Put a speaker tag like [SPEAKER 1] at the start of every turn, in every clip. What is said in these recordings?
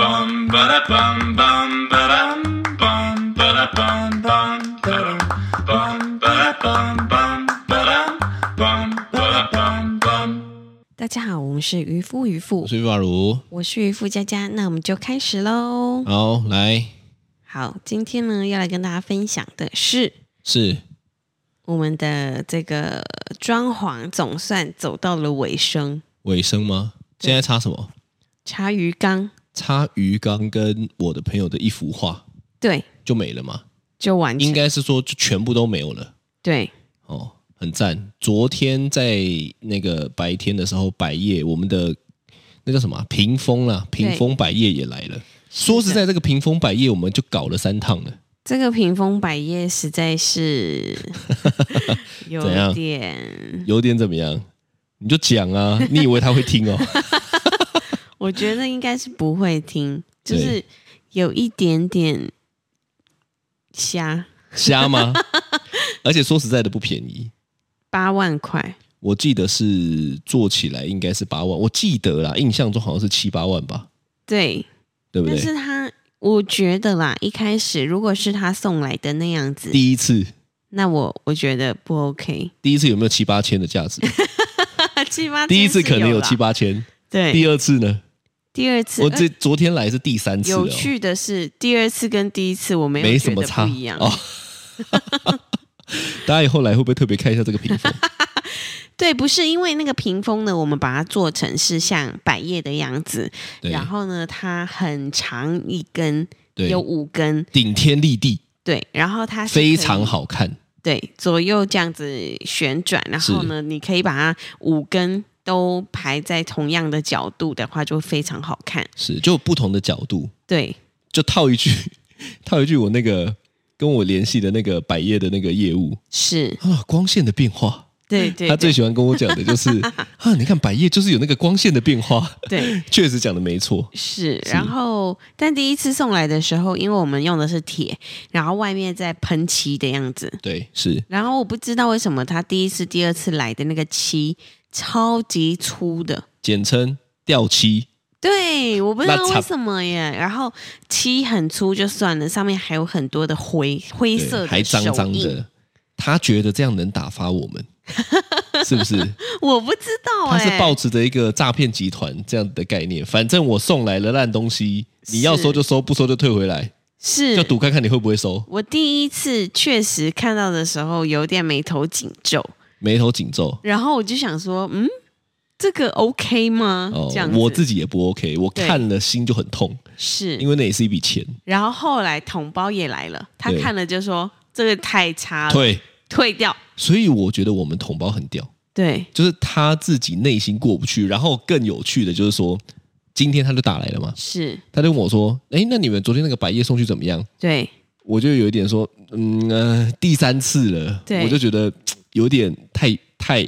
[SPEAKER 1] bum ba da bum bum ba dum bum ba da bum bum ba dum bum ba da bum bum ba dum bum ba da bum bum.
[SPEAKER 2] 大家好，我们是渔夫渔妇
[SPEAKER 3] 我，是玉发如，
[SPEAKER 2] 我是渔夫佳佳，那我们就开始喽。
[SPEAKER 3] 好来
[SPEAKER 2] 好，今天呢要来跟大家分享的是
[SPEAKER 3] 是
[SPEAKER 2] 我们的这个装潢总算走到了尾声，
[SPEAKER 3] 尾声吗？现在插什么？
[SPEAKER 2] 茶鱼缸
[SPEAKER 3] 插鱼缸跟我的朋友的一幅画
[SPEAKER 2] 对
[SPEAKER 3] 就没了吗？
[SPEAKER 2] 就完成，
[SPEAKER 3] 应该是说就全部都没有了
[SPEAKER 2] 对
[SPEAKER 3] 哦，很赞。昨天在那个白天的时候，百叶我们的那叫什么啊屏风啦，屏风百叶也来了。说实在，这个屏风百叶我们就搞了三趟了。
[SPEAKER 2] 这个屏风百叶实在 是有
[SPEAKER 3] 怎样
[SPEAKER 2] 点，
[SPEAKER 3] 有点怎么样？你就讲啊，你以为他会听哦？
[SPEAKER 2] 我觉得应该是不会听，就
[SPEAKER 3] 对
[SPEAKER 2] 是有一点点瞎，
[SPEAKER 3] 瞎吗？ 而且说实在的，不便宜。
[SPEAKER 2] 八万块，
[SPEAKER 3] 我记得是做起来应该是八万，我记得啦，印象中好像是七八万吧，
[SPEAKER 2] 对，
[SPEAKER 3] 对不
[SPEAKER 2] 但
[SPEAKER 3] 对？
[SPEAKER 2] 是他我觉得啦，一开始如果是他送来的那样子，
[SPEAKER 3] 第一次，
[SPEAKER 2] 那我我觉得不 OK，
[SPEAKER 3] 第一次有没有七八千的价值？
[SPEAKER 2] 七八
[SPEAKER 3] 第一次可能有
[SPEAKER 2] 有
[SPEAKER 3] 七
[SPEAKER 2] 八，
[SPEAKER 3] 八千，
[SPEAKER 2] 对，
[SPEAKER 3] 第二次呢？
[SPEAKER 2] 第二次
[SPEAKER 3] 我
[SPEAKER 2] 呃
[SPEAKER 3] 这昨天来是第三次了、
[SPEAKER 2] 有
[SPEAKER 3] 哦，
[SPEAKER 2] 趣的是，第二次跟第一次我没有
[SPEAKER 3] 没
[SPEAKER 2] 觉
[SPEAKER 3] 什么
[SPEAKER 2] 得
[SPEAKER 3] 差
[SPEAKER 2] 不一样，
[SPEAKER 3] 哦。 大家以后来会不会特别看一下这个屏 风？
[SPEAKER 2] 对，不是因为那个屏风呢，我们把它做成是像百叶的样子，
[SPEAKER 3] 对
[SPEAKER 2] 然后呢，它很长一根，
[SPEAKER 3] 对
[SPEAKER 2] 有，五根，
[SPEAKER 3] 顶天立地，
[SPEAKER 2] 对，然后它是
[SPEAKER 3] 非
[SPEAKER 2] 可以
[SPEAKER 3] 常，好看。
[SPEAKER 2] 对，左右这样子旋转，然后呢，你可以把它五根都排在同样的角度的话，就非常好看，
[SPEAKER 3] 是，就有不同的角度，
[SPEAKER 2] 对，
[SPEAKER 3] 就套一句， 套一句我那个跟我联系的那个百叶的那个业务
[SPEAKER 2] 是，
[SPEAKER 3] 啊，光线的变化。
[SPEAKER 2] 对对
[SPEAKER 3] 他最
[SPEAKER 2] 对
[SPEAKER 3] 喜欢跟我讲的 就是啊，你看百叶就是有那个光线的变化，
[SPEAKER 2] 对，
[SPEAKER 3] 确实讲的没错。
[SPEAKER 2] 是，然后但第一次送来的时候，因为我们用的是铁，然后外面在喷漆的样子，
[SPEAKER 3] 对，是
[SPEAKER 2] 然后我不知道为什么他第一次、第二次来的那个漆超级粗的，
[SPEAKER 3] 简称掉漆，
[SPEAKER 2] 对，我不知道
[SPEAKER 3] 那差
[SPEAKER 2] 为什么耶。然后漆很粗就算了，上面还有很多的灰灰
[SPEAKER 3] 对
[SPEAKER 2] 色的
[SPEAKER 3] 还脏
[SPEAKER 2] 手
[SPEAKER 3] 脏
[SPEAKER 2] 印，
[SPEAKER 3] 的。他觉得这样能打发我 们，是不是？
[SPEAKER 2] 我不知道
[SPEAKER 3] 他
[SPEAKER 2] 哎，
[SPEAKER 3] 是抱持着一个诈骗集团这样的概念，反正我送来了烂东西，你要收就收，不收就退回来，
[SPEAKER 2] 是
[SPEAKER 3] 就赌看看你会不会收。
[SPEAKER 2] 我第一次确实看到的时候有点眉头紧皱，
[SPEAKER 3] 眉头紧皱。
[SPEAKER 2] 然后我就想说，嗯，这个 OK 吗？
[SPEAKER 3] 哦
[SPEAKER 2] 嗯这样，子
[SPEAKER 3] 我自己也不 OK，我
[SPEAKER 2] 对
[SPEAKER 3] 看了心就很痛，
[SPEAKER 2] 是
[SPEAKER 3] 因为那也是一笔钱。
[SPEAKER 2] 然后后来统包也来了，他
[SPEAKER 3] 对
[SPEAKER 2] 看了就说这个太差了，
[SPEAKER 3] 对，
[SPEAKER 2] 退掉。
[SPEAKER 3] 所以我觉得我们同胞很屌。
[SPEAKER 2] 对
[SPEAKER 3] 就是他自己内心过不去。然后更有趣的就是说，今天他就打来了嘛，
[SPEAKER 2] 是，
[SPEAKER 3] 他就问我说：“哎，那你们昨天那个百叶送去怎么样
[SPEAKER 2] 对，？”
[SPEAKER 3] 我就有一点说：“嗯，呃、第三次了。”
[SPEAKER 2] 对
[SPEAKER 3] 我就觉得嘖有点太太，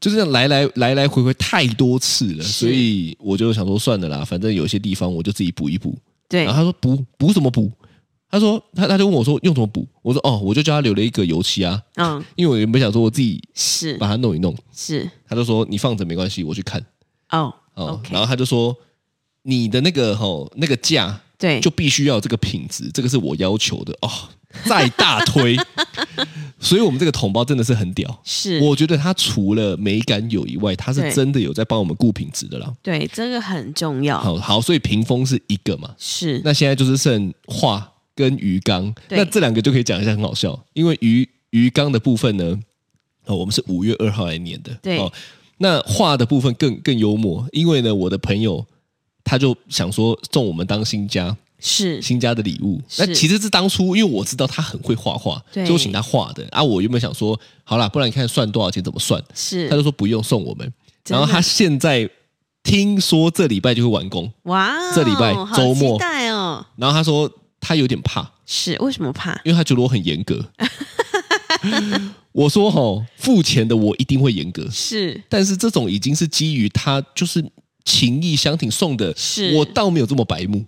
[SPEAKER 3] 就是这样来来来来回回太多次了，
[SPEAKER 2] 是
[SPEAKER 3] 所以我就想说算了啦，反正有些地方我就自己补一补。
[SPEAKER 2] 对
[SPEAKER 3] 然后，他说补补什么补？他说他他就问我说用什么补？我说哦，我就叫他留了一个油漆啊，
[SPEAKER 2] 嗯，
[SPEAKER 3] 因为我原本想说我自己
[SPEAKER 2] 是
[SPEAKER 3] 把它弄一弄，
[SPEAKER 2] 是，
[SPEAKER 3] 他就说你放着没关系，我去看。
[SPEAKER 2] 哦
[SPEAKER 3] 哦
[SPEAKER 2] ，OK，
[SPEAKER 3] 然后他就说你的那个吼、那个价
[SPEAKER 2] 对，
[SPEAKER 3] 就必须要有这个品质，这个是我要求的哦，再大 推。所以我们这个同胞真的是很屌，
[SPEAKER 2] 是，
[SPEAKER 3] 我觉得他除了美感有以外，他
[SPEAKER 2] 对
[SPEAKER 3] 是真的有在帮我们顾品质的啦。
[SPEAKER 2] 对这个很重要，
[SPEAKER 3] 好好，所以屏风是一个嘛，
[SPEAKER 2] 是
[SPEAKER 3] 那现在就是剩画跟鱼缸，
[SPEAKER 2] 对
[SPEAKER 3] 那这两个就可以讲一下很好笑，因为鱼鱼缸的部分呢，哦，我们是五月二号来念的，
[SPEAKER 2] 对
[SPEAKER 3] 哦，那画的部分更更幽默，因为呢，我的朋友他就想说送我们当新家
[SPEAKER 2] 是
[SPEAKER 3] 新家的礼物，那
[SPEAKER 2] 是
[SPEAKER 3] 其实是当初因为我知道他很会画画，
[SPEAKER 2] 对
[SPEAKER 3] 所以我请他画的啊，我原本想说好啦，不然你看算多少钱怎么算，他
[SPEAKER 2] 是，
[SPEAKER 3] 就说不用送我们，
[SPEAKER 2] 真
[SPEAKER 3] 然
[SPEAKER 2] 的
[SPEAKER 3] 后他现在听说这礼拜就会完工，
[SPEAKER 2] 哇哦，
[SPEAKER 3] 这礼拜
[SPEAKER 2] 好
[SPEAKER 3] 周
[SPEAKER 2] 期
[SPEAKER 3] 末
[SPEAKER 2] 待哦，
[SPEAKER 3] 然后他说他有点怕。
[SPEAKER 2] 是为什么怕？
[SPEAKER 3] 因为他觉得我很严格。 我说吼、付钱的我一定会严格，
[SPEAKER 2] 是
[SPEAKER 3] 但是这种已经是基于他就是情谊相挺送的，
[SPEAKER 2] 是，
[SPEAKER 3] 我倒没有这么白目。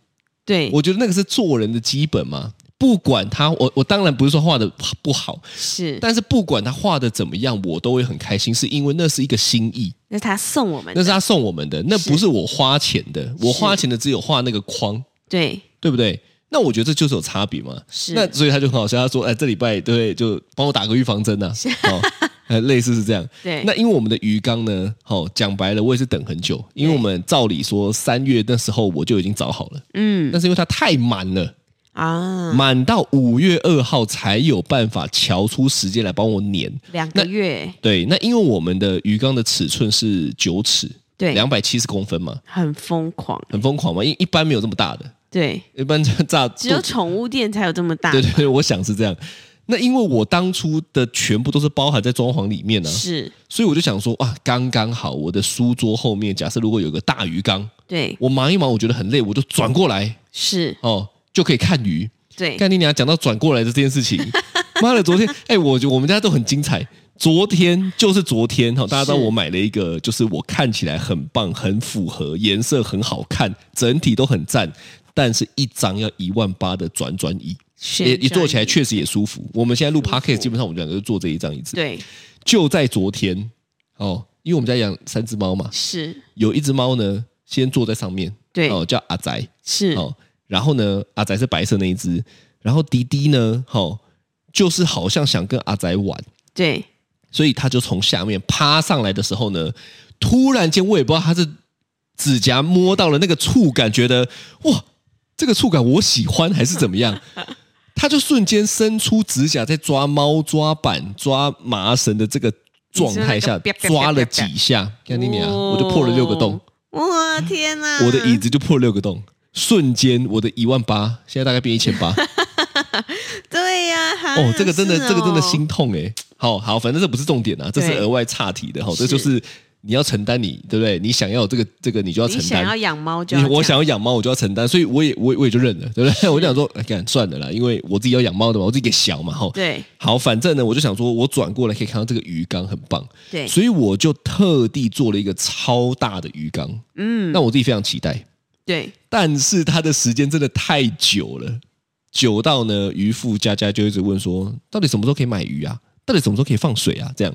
[SPEAKER 2] 对
[SPEAKER 3] 我觉得那个是做人的基本嘛，不管他，我我当然不是说画的不好，
[SPEAKER 2] 是，
[SPEAKER 3] 但是不管他画的怎么样，我都会很开心，是因为那是一个心意，
[SPEAKER 2] 那是他送我们
[SPEAKER 3] 那
[SPEAKER 2] 的，
[SPEAKER 3] 是他送我们的，那
[SPEAKER 2] 是
[SPEAKER 3] 不是我花钱的，我花钱的只有画那个框，
[SPEAKER 2] 对，
[SPEAKER 3] 对不对？那我觉得这就是有差别嘛。
[SPEAKER 2] 是
[SPEAKER 3] 那所以他就很好笑，他说：“哎，这礼拜对不对，就帮我打个预防针呐、 哦，呃，类似是这样。
[SPEAKER 2] 对
[SPEAKER 3] 那因为我们的鱼缸呢，哦，讲白了，我也是等很久，因为我们照理说三月那时候我就已经找好了，
[SPEAKER 2] 嗯
[SPEAKER 3] 但是因为它太满了，
[SPEAKER 2] 啊，
[SPEAKER 3] 满到五月二号才有办法瞧出时间来帮我粘。
[SPEAKER 2] 两个月，
[SPEAKER 3] 对，那因为我们的鱼缸的尺寸是九尺，
[SPEAKER 2] 对，
[SPEAKER 3] 两百七十公分嘛，
[SPEAKER 2] 很疯狂，
[SPEAKER 3] 很疯狂嘛，因为一般没有这么大的，
[SPEAKER 2] 对，
[SPEAKER 3] 一般就炸
[SPEAKER 2] 只有
[SPEAKER 3] 肚子
[SPEAKER 2] 宠物店才有这么大，
[SPEAKER 3] 对对对，我想是这样。那因为我当初的全部都是包含在装潢里面呢、啊，
[SPEAKER 2] 是，
[SPEAKER 3] 所以我就想说啊，刚刚好，我的书桌后面，假设如果有个大鱼缸，
[SPEAKER 2] 对，
[SPEAKER 3] 我忙一忙，我觉得很累，我就转过来
[SPEAKER 2] 是，
[SPEAKER 3] 哦，就可以看鱼。
[SPEAKER 2] 对，
[SPEAKER 3] 干你娘！讲到转过来的这件事情，妈的，昨天哎、我觉得我们家都很精彩。昨天就是昨天哈，大家知道
[SPEAKER 2] 是
[SPEAKER 3] 我买了一个，就是我看起来很棒、很符合、颜色很好看、整体都很赞，但是一张要一万八的转转椅。也
[SPEAKER 2] 旋
[SPEAKER 3] 也坐起
[SPEAKER 2] 转
[SPEAKER 3] 来
[SPEAKER 2] 椅，
[SPEAKER 3] 确实也舒服。我们现在录
[SPEAKER 2] 舒服
[SPEAKER 3] podcast，基本上我们两个就坐这一张椅子。
[SPEAKER 2] 对，
[SPEAKER 3] 就在昨天哦，因为我们家养三只猫嘛，
[SPEAKER 2] 是，
[SPEAKER 3] 有一只猫呢先坐在上面，
[SPEAKER 2] 对，
[SPEAKER 3] 哦，叫阿宅
[SPEAKER 2] 是，
[SPEAKER 3] 哦，然后呢，阿宅是白色那一只，然后迪迪呢，哦，就是好像想跟阿宅玩，
[SPEAKER 2] 对，
[SPEAKER 3] 所以他就从下面趴上来的时候呢，突然间我也不知道他是指甲摸到了那个触感，觉得哇，这个触感我喜欢还是怎么样， 他就瞬间伸出指甲在抓猫抓板抓麻绳的这个状态下
[SPEAKER 2] 你说那个啪啪哦啪啪啪
[SPEAKER 3] 抓了几下，看你娘，我就破了六个洞，
[SPEAKER 2] 哇，天哪！
[SPEAKER 3] 我的椅子就破了六个洞。瞬间，我的一万八，现在大概变一千八。
[SPEAKER 2] 对呀、哈
[SPEAKER 3] 哦，这个真的，
[SPEAKER 2] 是哦
[SPEAKER 3] 这个真的心痛哎。好好，反正这不是重点啊，这是
[SPEAKER 2] 对
[SPEAKER 3] 额外岔题的哈。
[SPEAKER 2] 是
[SPEAKER 3] 这就是你要承担你，对不对？你想要有这个这个，你就要承
[SPEAKER 2] 你想要
[SPEAKER 3] 担。
[SPEAKER 2] 养猫就
[SPEAKER 3] 你
[SPEAKER 2] 要
[SPEAKER 3] 我
[SPEAKER 2] 这
[SPEAKER 3] 想
[SPEAKER 2] 样
[SPEAKER 3] 要养猫，我就要承担，所以我也我也我也就认了，对不对？我就想说，哎，干算了啦，因为我自己要养猫的嘛，我自己给小嘛哈。
[SPEAKER 2] 对
[SPEAKER 3] 好，反正呢，我就想说，我转过来可以看到这个鱼缸很棒，
[SPEAKER 2] 对，
[SPEAKER 3] 所以我就特地做了一个超大的鱼缸。
[SPEAKER 2] 嗯，
[SPEAKER 3] 那我自己非常期待，
[SPEAKER 2] 对
[SPEAKER 3] 但是它的时间真的太久了，久到呢，渔夫佳佳就一直问说，到底什么时候可以买鱼啊？到底什么时候可以放水啊？这样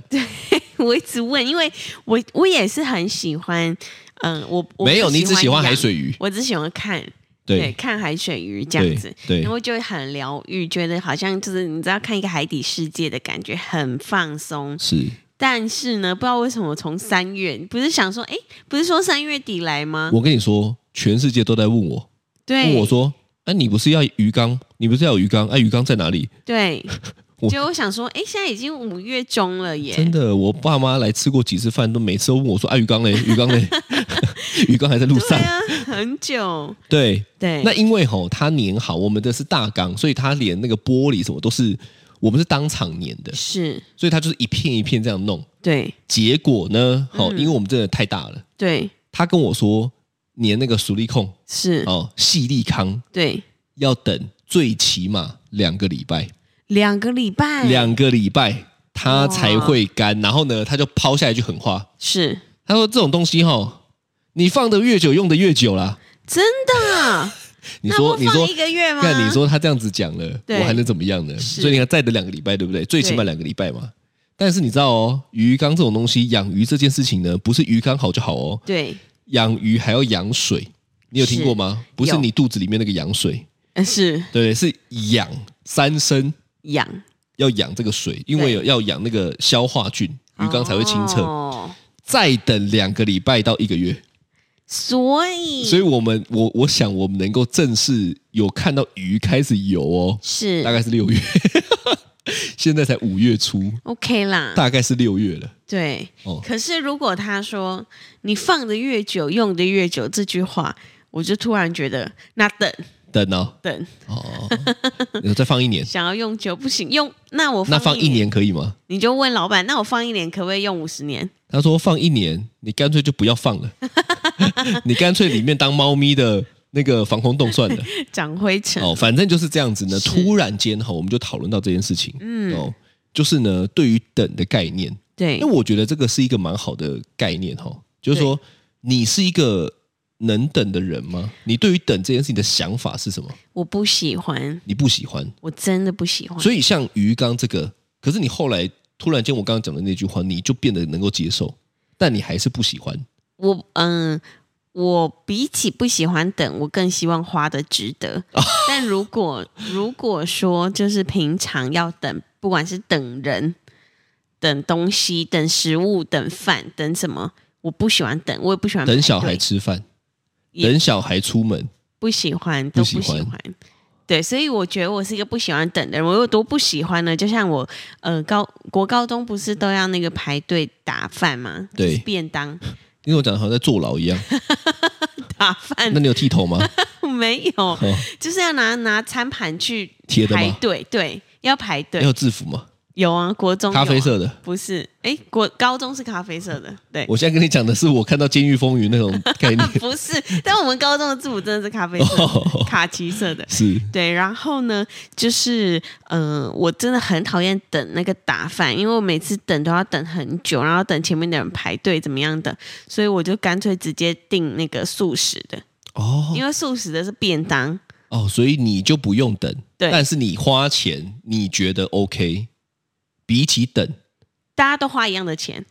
[SPEAKER 2] 我一直问，因为我我也是很喜欢，嗯、我我不
[SPEAKER 3] 没有，你只喜欢
[SPEAKER 2] 养
[SPEAKER 3] 海，水鱼，
[SPEAKER 2] 我只喜欢看，对，
[SPEAKER 3] 对
[SPEAKER 2] 看海水鱼这样
[SPEAKER 3] 对
[SPEAKER 2] 子。
[SPEAKER 3] 对
[SPEAKER 2] 然后就会很疗愈，觉得好像就是你知道看一个海底世界的感觉，很放松。
[SPEAKER 3] 是，
[SPEAKER 2] 但是呢，不知道为什么从三月，不是想说，哎，不是说三月底来吗？
[SPEAKER 3] 我跟你说，全世界都在问我，问
[SPEAKER 2] 对，
[SPEAKER 3] 我说，哎、你不是要鱼缸？你不是要有鱼缸？哎、鱼缸在哪里？
[SPEAKER 2] 对
[SPEAKER 3] 我，
[SPEAKER 2] 就我想说，哎，现在已经五月中了耶，
[SPEAKER 3] 真的，我爸妈来吃过几次饭，都每次都问我说，哎、鱼缸嘞，鱼缸嘞， 鱼缸还在路
[SPEAKER 2] 对
[SPEAKER 3] 上。
[SPEAKER 2] 啊，很久，
[SPEAKER 3] 对，
[SPEAKER 2] 对，
[SPEAKER 3] 那因为吼，它粘好，我们的是大缸，所以它连那个玻璃什么都是，我们是当场粘的。
[SPEAKER 2] 是嗯
[SPEAKER 3] 所以它就是一片一片这样弄。
[SPEAKER 2] 对
[SPEAKER 3] 结果呢，好、因为我们真的太大了，
[SPEAKER 2] 对
[SPEAKER 3] 他跟我说粘那个熟力控
[SPEAKER 2] 是，
[SPEAKER 3] 哦，细力康
[SPEAKER 2] 对，
[SPEAKER 3] 要等最起码两个礼拜，
[SPEAKER 2] 两个礼拜，
[SPEAKER 3] 两个礼拜它才会干。然后呢，他就抛下一句狠话，
[SPEAKER 2] 是
[SPEAKER 3] 他说这种东西哈、你放的越久，用的越久啦。
[SPEAKER 2] 真的，啊
[SPEAKER 3] 你
[SPEAKER 2] 那
[SPEAKER 3] 说，
[SPEAKER 2] 不
[SPEAKER 3] 你
[SPEAKER 2] 放
[SPEAKER 3] 说
[SPEAKER 2] 一。个月吗？
[SPEAKER 3] 看，你说他这样子讲了，
[SPEAKER 2] 啊对
[SPEAKER 3] 我还能怎么样呢？
[SPEAKER 2] 是
[SPEAKER 3] 所以你看，再等两个礼拜，对不对？最起
[SPEAKER 2] 对
[SPEAKER 3] 码两个礼拜嘛。但是你知道哦，鱼缸这种东西，养鱼这件事情呢，不是鱼缸好就好哦，
[SPEAKER 2] 对，
[SPEAKER 3] 养鱼还要养水，你有听过吗？不是
[SPEAKER 2] 有
[SPEAKER 3] 你肚子里面那个羊水，
[SPEAKER 2] 呃是
[SPEAKER 3] 对，是养三升
[SPEAKER 2] 养
[SPEAKER 3] 要养这个水，因为有要养那个消化菌，鱼缸才会清澈。
[SPEAKER 2] 哦
[SPEAKER 3] 再等两个礼拜到一个月，
[SPEAKER 2] 所以
[SPEAKER 3] 所以我们我我想我们能够正式有看到鱼开始游哦，大
[SPEAKER 2] 是
[SPEAKER 3] 概是六月， 现在才五月初，
[SPEAKER 2] OK 啦，
[SPEAKER 3] 大概是六月了。
[SPEAKER 2] 对
[SPEAKER 3] 哦。
[SPEAKER 2] 可是如果他说你放的越久，用的越久这句话，我就突然觉得那等
[SPEAKER 3] 等哦，
[SPEAKER 2] 等，
[SPEAKER 3] 哦， 有再放一年，
[SPEAKER 2] 想要用久不行，用那我
[SPEAKER 3] 那放
[SPEAKER 2] 一
[SPEAKER 3] 一，年可以吗？
[SPEAKER 2] 你就问老板，那我放一年可不可以用五十年？
[SPEAKER 3] 他说放一年，你干脆就不要 放了，你干脆里面当猫咪的那个防空洞算 了。
[SPEAKER 2] 长灰尘
[SPEAKER 3] 哦，反正就是这样子呢。
[SPEAKER 2] 是
[SPEAKER 3] 突然间哈、我们就讨论到这件事情。嗯，哦，就是呢，对于等的概念，
[SPEAKER 2] 对
[SPEAKER 3] 因为我觉得这个是一个蛮好的概念哈、哦，就是说你是一个能等的人吗？你对于等这件事情的想法是什么？
[SPEAKER 2] 我不喜欢，
[SPEAKER 3] 你不喜欢，
[SPEAKER 2] 我真的不喜欢。
[SPEAKER 3] 所以像鱼缸这个，可是你后来突然间我刚刚讲的那句话，你就变得能够接受，但你还是不喜欢。
[SPEAKER 2] 我嗯，我比起不喜欢等，我更希望花的值得。
[SPEAKER 3] 哦
[SPEAKER 2] 但如果如果说就是平常要等，不管是等人、等东西、等食物、等饭、等什么，我不喜欢等，我也不喜欢
[SPEAKER 3] 等
[SPEAKER 2] 排
[SPEAKER 3] 小孩
[SPEAKER 2] 队
[SPEAKER 3] 吃饭，
[SPEAKER 2] 也
[SPEAKER 3] 等小孩出门，
[SPEAKER 2] 不喜欢，都
[SPEAKER 3] 喜
[SPEAKER 2] 不喜
[SPEAKER 3] 欢
[SPEAKER 2] 欢。对，所以我觉得我是一个不喜欢等的人。我有多不喜欢呢？就像我，呃，高国高中不是都要那个排队打饭吗？
[SPEAKER 3] 对
[SPEAKER 2] 就是便当
[SPEAKER 3] 因为我讲的好像在坐 牢一样。
[SPEAKER 2] 打饭
[SPEAKER 3] 那你有剃头吗？
[SPEAKER 2] 没有，
[SPEAKER 3] 哦
[SPEAKER 2] 就是要拿拿餐盘去
[SPEAKER 3] 贴的吗
[SPEAKER 2] 排队，对，要排队。
[SPEAKER 3] 还有制服吗？
[SPEAKER 2] 有啊，国中有啊
[SPEAKER 3] 咖啡色的。
[SPEAKER 2] 不是？哎，国高中是咖啡色的，对，啊
[SPEAKER 3] 我现在跟你讲的是我看到《监狱风云》那种 概念，
[SPEAKER 2] 不是。但我们高中的制服真的是咖啡色的、
[SPEAKER 3] 哦，
[SPEAKER 2] 卡其色的。
[SPEAKER 3] 是
[SPEAKER 2] 对，然后呢，就是嗯、呃我真的很讨厌等那个打饭，因为我每次等都要等很久，然后等前面的人排队怎么样的，所以我就干脆直接订那个素食的，
[SPEAKER 3] 哦
[SPEAKER 2] 因为素食的是便当，
[SPEAKER 3] 哦，所以你就不用等，
[SPEAKER 2] 对
[SPEAKER 3] 但是你花钱，你觉得 OK？比起等，
[SPEAKER 2] 大家都花一样的钱。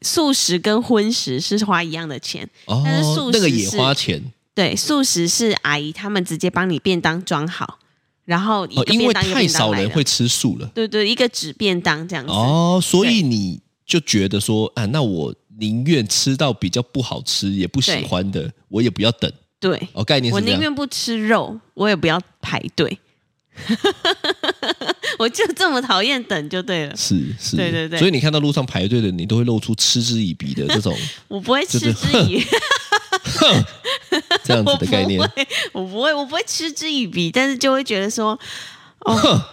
[SPEAKER 2] 素食跟荤食是花一样的钱，
[SPEAKER 3] 哦
[SPEAKER 2] 但是素，食
[SPEAKER 3] 那个也
[SPEAKER 2] 是
[SPEAKER 3] 花钱
[SPEAKER 2] 对，素食是阿姨他们直接帮你便当装好，然后一
[SPEAKER 3] 哦
[SPEAKER 2] 个，
[SPEAKER 3] 因
[SPEAKER 2] 便
[SPEAKER 3] 为
[SPEAKER 2] 当一个
[SPEAKER 3] 太
[SPEAKER 2] 便当
[SPEAKER 3] 少
[SPEAKER 2] 来
[SPEAKER 3] 人
[SPEAKER 2] 的嗯
[SPEAKER 3] 会吃素了
[SPEAKER 2] 对对，一个纸便当这样子。
[SPEAKER 3] 哦，所以
[SPEAKER 2] 对
[SPEAKER 3] 你就觉得说啊，那我宁愿吃到比较不好吃也不喜欢的，我也不要等
[SPEAKER 2] 对，
[SPEAKER 3] 哦，概念
[SPEAKER 2] 我
[SPEAKER 3] 是这
[SPEAKER 2] 宁
[SPEAKER 3] 样。
[SPEAKER 2] 愿不吃肉，我也不要排队。 我就这么讨厌等就对了，
[SPEAKER 3] 是是，
[SPEAKER 2] 对对对
[SPEAKER 3] 所以你看到路上排队的，你都会露出嗤之以鼻的 这种
[SPEAKER 2] 我不会
[SPEAKER 3] 就
[SPEAKER 2] 嗤
[SPEAKER 3] 是
[SPEAKER 2] 之以，
[SPEAKER 3] 这 样
[SPEAKER 2] 我
[SPEAKER 3] 子
[SPEAKER 2] 不
[SPEAKER 3] 的概念。
[SPEAKER 2] 会，我不会，我不会嗤之以鼻，但是就会觉得说，
[SPEAKER 3] 哼
[SPEAKER 2] 哦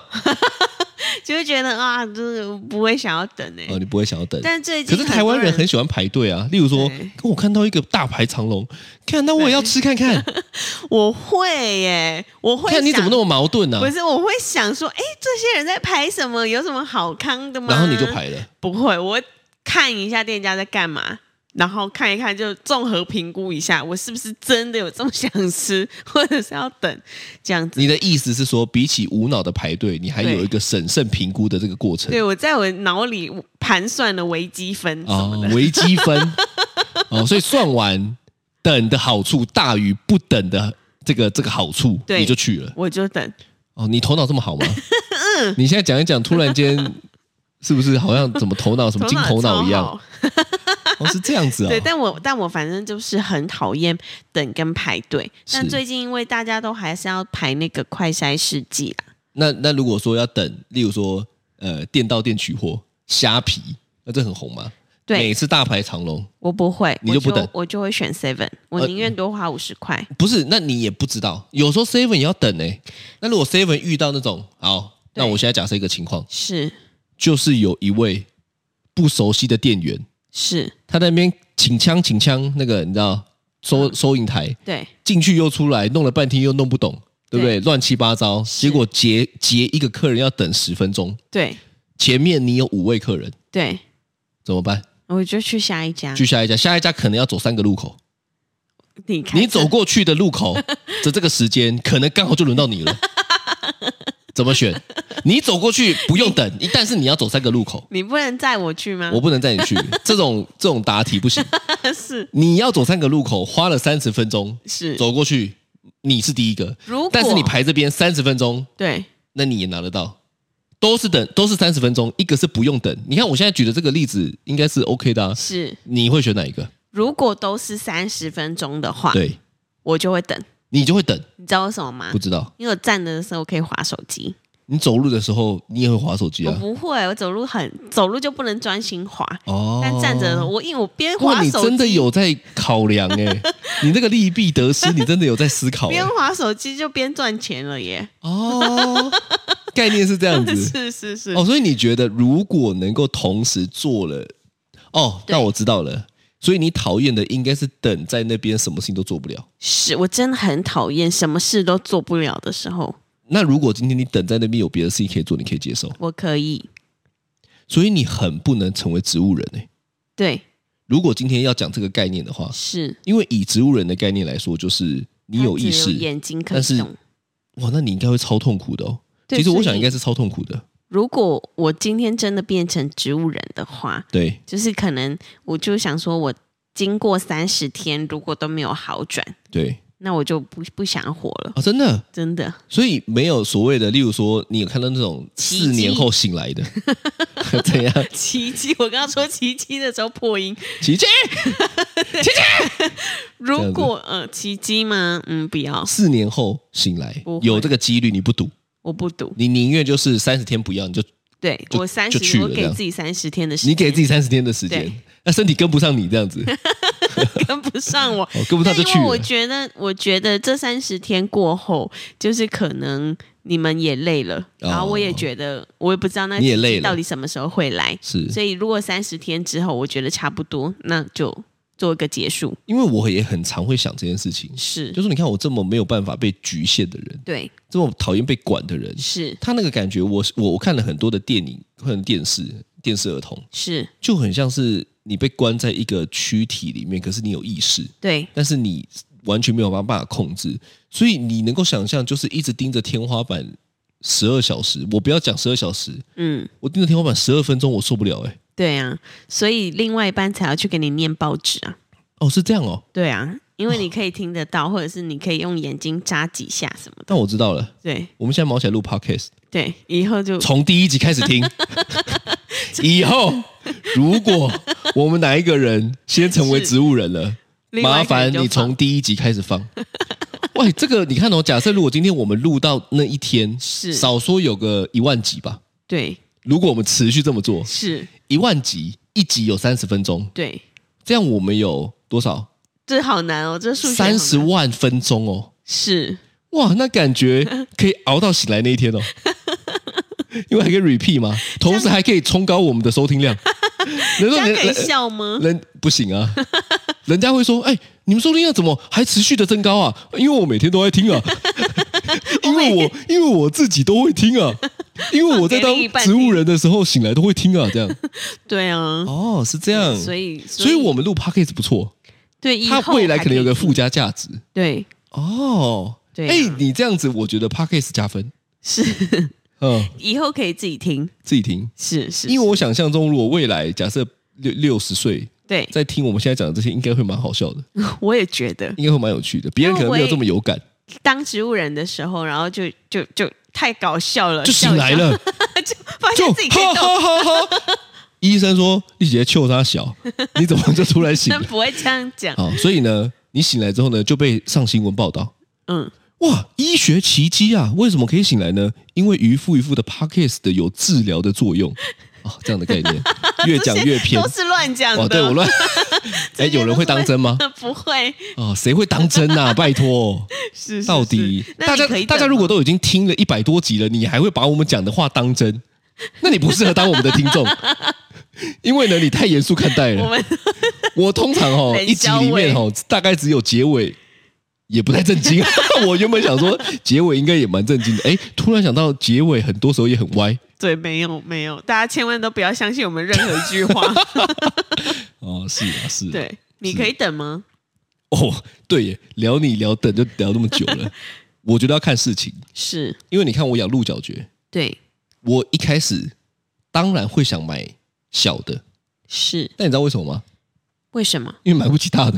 [SPEAKER 2] 就会觉得啊，就是不会想要等哎、
[SPEAKER 3] 哦，你不会想要等。
[SPEAKER 2] 但最近
[SPEAKER 3] 可是台湾人很喜欢排队啊，例如说
[SPEAKER 2] 对，
[SPEAKER 3] 我看到一个大排长龙，看那我也要吃 看看，
[SPEAKER 2] 多人我会耶、我会
[SPEAKER 3] 看你怎么那啊
[SPEAKER 2] 弄，
[SPEAKER 3] 么矛盾呢、
[SPEAKER 2] 不是，我会想说，哎，这些人在排什么？有什么好康的吗？
[SPEAKER 3] 然后你就，排了，
[SPEAKER 2] 不会，我看一下店家在干嘛，然后看一看，就综合评估一下，我是不是真的有这么想吃，或者是要等这样子。
[SPEAKER 3] 你的意思是说，比起无脑的排队，你还有一个审慎评估的这个过程
[SPEAKER 2] 对，我在我脑里盘算了微积分什
[SPEAKER 3] 啊
[SPEAKER 2] 么的，，
[SPEAKER 3] 微积 分哦，所以算完等的好处大于不等的这个这个好处，
[SPEAKER 2] 对
[SPEAKER 3] 你就去了
[SPEAKER 2] 我就等。
[SPEAKER 3] 哦。你头脑这 么好吗？
[SPEAKER 2] 嗯
[SPEAKER 3] 你现在讲一讲，突然间是不是好像怎么头脑什么金头脑
[SPEAKER 2] 超
[SPEAKER 3] 一样？
[SPEAKER 2] 好。
[SPEAKER 3] 哦，是这样子啊、
[SPEAKER 2] 对，
[SPEAKER 3] 哦。
[SPEAKER 2] 但我但我反正就是很讨厌等跟排队。
[SPEAKER 3] 是
[SPEAKER 2] 但最近因为大家都还是要排那个快筛试剂啊啦，
[SPEAKER 3] 那那如果说要等，例如说呃，店到店取货虾皮，那这很红吗？每
[SPEAKER 2] 对
[SPEAKER 3] 次大排长龙，
[SPEAKER 2] 我不会，
[SPEAKER 3] 你就不等
[SPEAKER 2] 我就我就会选 seven，我
[SPEAKER 3] 呃
[SPEAKER 2] 宁愿多花五十块。
[SPEAKER 3] 不是？那你也不知道，有时候 seven 也要等呢、欸那如果 seven 遇到那种，好，
[SPEAKER 2] 对
[SPEAKER 3] 那我现在假设一个情况，
[SPEAKER 2] 是
[SPEAKER 3] 就是有一位不熟悉的店员，
[SPEAKER 2] 是，
[SPEAKER 3] 他在那边请枪请枪，那个你知道收收银台
[SPEAKER 2] 对
[SPEAKER 3] 进去又出来，弄了半天又弄不懂，对不
[SPEAKER 2] 对
[SPEAKER 3] 对？乱七八糟，结果结结一个客人要等十分钟，
[SPEAKER 2] 对
[SPEAKER 3] 前面你有五位客人，
[SPEAKER 2] 对，
[SPEAKER 3] 怎么办？
[SPEAKER 2] 我就去下一家。
[SPEAKER 3] 去下一家，下一家可能要走三个路口，
[SPEAKER 2] 你看
[SPEAKER 3] 你走过去的 路口的这个时间，可能刚好就轮到你了。怎么选？你走过去不用等，但是你要走三个路口，
[SPEAKER 2] 你不能载我去吗？
[SPEAKER 3] 我不能带 你去。这种这种答题不行，
[SPEAKER 2] 是
[SPEAKER 3] 你要走三个路口，花了三十分钟
[SPEAKER 2] 是，
[SPEAKER 3] 走过去，你是第一个，
[SPEAKER 2] 如果
[SPEAKER 3] 但是你排这边三十分钟，
[SPEAKER 2] 对
[SPEAKER 3] 那你也拿得到。都是等，都是三十分钟，一个是不用等。你看我现在举的这个例子应该是 OK 的、啊，
[SPEAKER 2] 是，
[SPEAKER 3] 你会选哪一个？
[SPEAKER 2] 如果都是三十分钟的话，
[SPEAKER 3] 对
[SPEAKER 2] 我就会等。
[SPEAKER 3] 你就会等，
[SPEAKER 2] 你知道为什么吗
[SPEAKER 3] 不？知道。
[SPEAKER 2] 因为我站着的时候可以划手机，
[SPEAKER 3] 你走路的时候，你也会滑手机
[SPEAKER 2] 我
[SPEAKER 3] 啊？
[SPEAKER 2] 不会，我走路很走路就不能专心划，
[SPEAKER 3] 哦
[SPEAKER 2] 但站着的时候我因为我边
[SPEAKER 3] 哇，
[SPEAKER 2] 划
[SPEAKER 3] 你
[SPEAKER 2] 手机
[SPEAKER 3] 真的有在考量哎、 你这个利弊得失，你真的有在思考、欸
[SPEAKER 2] 边、划手机就边赚钱了耶，
[SPEAKER 3] 哦，概念是这样子
[SPEAKER 2] 是是是，
[SPEAKER 3] 哦，所以你觉得如果能够同时做了，哦，
[SPEAKER 2] 对
[SPEAKER 3] 那我知道了。所以你讨厌的应该是等在那边什么事情都做不了。
[SPEAKER 2] 是我真的很讨厌什么事都做不了的时候，
[SPEAKER 3] 那如果今天你等在那边有别的事情可以做，你可以接受。
[SPEAKER 2] 我可以
[SPEAKER 3] 所以你很不能成为植物人哎、
[SPEAKER 2] 对
[SPEAKER 3] 如果今天要讲这个概念的话，
[SPEAKER 2] 是
[SPEAKER 3] 因为以植物人的概念来说，就是你有
[SPEAKER 2] 它
[SPEAKER 3] 意
[SPEAKER 2] 只
[SPEAKER 3] 识
[SPEAKER 2] 有，眼睛可
[SPEAKER 3] 但
[SPEAKER 2] 以
[SPEAKER 3] 是
[SPEAKER 2] 动。
[SPEAKER 3] 哇，那你应该会超痛苦的哦。
[SPEAKER 2] 对
[SPEAKER 3] 其实我
[SPEAKER 2] 所
[SPEAKER 3] 想
[SPEAKER 2] 以
[SPEAKER 3] 应该是超痛苦的，
[SPEAKER 2] 如果我今天真的变成植物人的话，
[SPEAKER 3] 对
[SPEAKER 2] 就是可能我就想说，我经过三十天如果都没有好转，
[SPEAKER 3] 对
[SPEAKER 2] 那我就不不想活了，
[SPEAKER 3] 啊，真的。
[SPEAKER 2] 真的。
[SPEAKER 3] 所以没有所谓的，例如说，你有看到那种
[SPEAKER 2] 奇迹
[SPEAKER 3] 四年后 醒来的，怎样？
[SPEAKER 2] 奇迹，我刚刚说奇迹的时候破音。
[SPEAKER 3] 奇迹？
[SPEAKER 2] 如果呃奇迹吗？嗯，不要，
[SPEAKER 3] 四年后醒来
[SPEAKER 2] 不，会
[SPEAKER 3] 有这个几率你不赌，
[SPEAKER 2] 我不赌。
[SPEAKER 3] 你宁愿就是三十天不要，你就
[SPEAKER 2] 对
[SPEAKER 3] 就
[SPEAKER 2] 我三
[SPEAKER 3] 就去
[SPEAKER 2] 十，
[SPEAKER 3] 了
[SPEAKER 2] 我
[SPEAKER 3] 这
[SPEAKER 2] 给
[SPEAKER 3] 样
[SPEAKER 2] 自己三十天的时间，
[SPEAKER 3] 你给自己三十天的时间
[SPEAKER 2] 对，
[SPEAKER 3] 那身体跟不上你这样 子，
[SPEAKER 2] 跟不上我。
[SPEAKER 3] 哦跟不上
[SPEAKER 2] 但
[SPEAKER 3] 就
[SPEAKER 2] 因
[SPEAKER 3] 去
[SPEAKER 2] 为我
[SPEAKER 3] 了。
[SPEAKER 2] 觉得，我觉得这三十天过后，就是可能你们也累了，
[SPEAKER 3] 哦
[SPEAKER 2] 然后我也觉得，我也不知道那
[SPEAKER 3] 你也累了
[SPEAKER 2] 到底什么时候会来。
[SPEAKER 3] 是
[SPEAKER 2] 所以如果三十天之后，我觉得差不多，那就做一个结束。
[SPEAKER 3] 因为我也很常会想这件事情，
[SPEAKER 2] 是，
[SPEAKER 3] 就是你看我这么没有办法被局限的人，
[SPEAKER 2] 对，
[SPEAKER 3] 这么讨厌被管的人，
[SPEAKER 2] 是
[SPEAKER 3] 他那个感觉我，我我看了很多的电影或者电视，电视儿童
[SPEAKER 2] 是，
[SPEAKER 3] 就很像是你被关在一个躯体里面，可是你有意识，
[SPEAKER 2] 对，
[SPEAKER 3] 但是你完全没有办法控制，所以你能够想象，就是一直盯着天花板十二小时。我不要讲十二小时，
[SPEAKER 2] 嗯，
[SPEAKER 3] 我盯着天花板十二分钟，我受不了哎、欸
[SPEAKER 2] 对啊。所以另外一半才要去给你念报纸啊，
[SPEAKER 3] 哦，是这样哦，
[SPEAKER 2] 对啊，因为你可以听得到，或者是你可以用眼睛眨几下什么的。
[SPEAKER 3] 但我知道了。
[SPEAKER 2] 对
[SPEAKER 3] 我们现在毛起来录 podcast，
[SPEAKER 2] 对，以后就
[SPEAKER 3] 从第一集开始听。以后如果我们哪一个人先成为
[SPEAKER 2] 是
[SPEAKER 3] 植物人了，
[SPEAKER 2] 另外
[SPEAKER 3] 麻
[SPEAKER 2] 一个人
[SPEAKER 3] 烦
[SPEAKER 2] 就
[SPEAKER 3] 你从
[SPEAKER 2] 放
[SPEAKER 3] 第一集开始放。 喂，这个你看哦，假设如果今天我们录到那一天，
[SPEAKER 2] 是
[SPEAKER 3] 少说有个一万集吧。
[SPEAKER 2] 对
[SPEAKER 3] 如果我们持续这么做，
[SPEAKER 2] 是，
[SPEAKER 3] 一万集，一集有三十分钟，
[SPEAKER 2] 对。
[SPEAKER 3] 这样我们有多少？
[SPEAKER 2] 这好难哦，这数学好难
[SPEAKER 3] 三十万分钟哦，
[SPEAKER 2] 是
[SPEAKER 3] 哇，那 感觉可以熬到醒来那一天哦，因为还可以 repeat 嘛，同时还可以冲高我们的收 听量。
[SPEAKER 2] 这
[SPEAKER 3] 人说
[SPEAKER 2] 样可以
[SPEAKER 3] 人
[SPEAKER 2] 笑吗？
[SPEAKER 3] 人不行啊， 人家会说，哎、你们收听量怎么还持续的增高啊？因为我每天都在听 啊，因为我因为我自己都会听 啊，因为我在当
[SPEAKER 2] 给另一半
[SPEAKER 3] 植物
[SPEAKER 2] 听
[SPEAKER 3] 人的时候醒来都会听啊，这样
[SPEAKER 2] 对 啊，
[SPEAKER 3] 哦，是这样，
[SPEAKER 2] 所以
[SPEAKER 3] 所以我们录 podcast 不错，
[SPEAKER 2] 对以
[SPEAKER 3] 它
[SPEAKER 2] 后
[SPEAKER 3] 未来
[SPEAKER 2] 还
[SPEAKER 3] 可能有
[SPEAKER 2] 以
[SPEAKER 3] 个附加价值
[SPEAKER 2] 对
[SPEAKER 3] 哦。
[SPEAKER 2] 对啊
[SPEAKER 3] 哎、你这样子，我觉得 podcast 加分，
[SPEAKER 2] 是
[SPEAKER 3] 嗯，
[SPEAKER 2] 以后可以自己听，
[SPEAKER 3] 自己听，
[SPEAKER 2] 是是，
[SPEAKER 3] 因
[SPEAKER 2] 为
[SPEAKER 3] 为我想象中，如果未来假设六六十岁
[SPEAKER 2] 对
[SPEAKER 3] 在听我们现在讲的这些，应该会蛮好笑的，
[SPEAKER 2] 我也觉得
[SPEAKER 3] 应该会蛮有趣的，别人可能没有这么有感，
[SPEAKER 2] 当植物人的时候，然后就就就太搞笑了，
[SPEAKER 3] 就
[SPEAKER 2] 笑
[SPEAKER 3] 醒来
[SPEAKER 2] 一笑，
[SPEAKER 3] 了，
[SPEAKER 2] 就发
[SPEAKER 3] 就
[SPEAKER 2] 现自己可以动。
[SPEAKER 3] 哈哈哈 哈。医生说：“你姐姐臭他小，你怎么就突然醒
[SPEAKER 2] 真
[SPEAKER 3] 了
[SPEAKER 2] 不会这样？” 讲，
[SPEAKER 3] 好，所以呢，你醒来之后呢，就被上新闻报道，
[SPEAKER 2] 嗯，
[SPEAKER 3] 哇，医学奇迹啊！为什么可以醒来呢？因为渔夫渔夫的 podcast 的有治疗的作用 哦，这样的概 念越讲越偏
[SPEAKER 2] 都。是乱讲
[SPEAKER 3] 哇，
[SPEAKER 2] 的。
[SPEAKER 3] 对我 乱。哎，
[SPEAKER 2] 这些
[SPEAKER 3] 有
[SPEAKER 2] 都
[SPEAKER 3] 人
[SPEAKER 2] 是
[SPEAKER 3] 会当真吗？？
[SPEAKER 2] 不会，
[SPEAKER 3] 哦，谁会当真呐、拜托，
[SPEAKER 2] 是是
[SPEAKER 3] 到底
[SPEAKER 2] 是那
[SPEAKER 3] 大
[SPEAKER 2] 你
[SPEAKER 3] 家
[SPEAKER 2] 可以
[SPEAKER 3] 大家
[SPEAKER 2] 等
[SPEAKER 3] 如果
[SPEAKER 2] 吗
[SPEAKER 3] 都已经听了一百多集了，你还会把我们讲的话当真？那你不适合当我们的听 众，因为呢，你太严肃看待
[SPEAKER 2] 我
[SPEAKER 3] 了。
[SPEAKER 2] 们
[SPEAKER 3] 我通常哦，
[SPEAKER 2] 冷
[SPEAKER 3] 一集
[SPEAKER 2] 笑
[SPEAKER 3] 里面
[SPEAKER 2] 味
[SPEAKER 3] 哦，大概只有结尾也不太正经。啊 我原本想说结尾应该也蛮正经的，哎，突然想到结尾很多时候也很歪
[SPEAKER 2] 对没有没有，大家千万都不要相信我们任何一句 话。
[SPEAKER 3] 哦，是啊，是啊
[SPEAKER 2] 对，你可以等吗？
[SPEAKER 3] 哦，对耶，聊你聊等就聊那么久 了，我觉得要看事情，
[SPEAKER 2] 是，
[SPEAKER 3] 因为你看我养鹿角蕨，
[SPEAKER 2] 对，
[SPEAKER 3] 我一开始当然会想买小的，
[SPEAKER 2] 是。
[SPEAKER 3] 但你知道为什么吗？
[SPEAKER 2] 为什 么？
[SPEAKER 3] 因为买不起大的，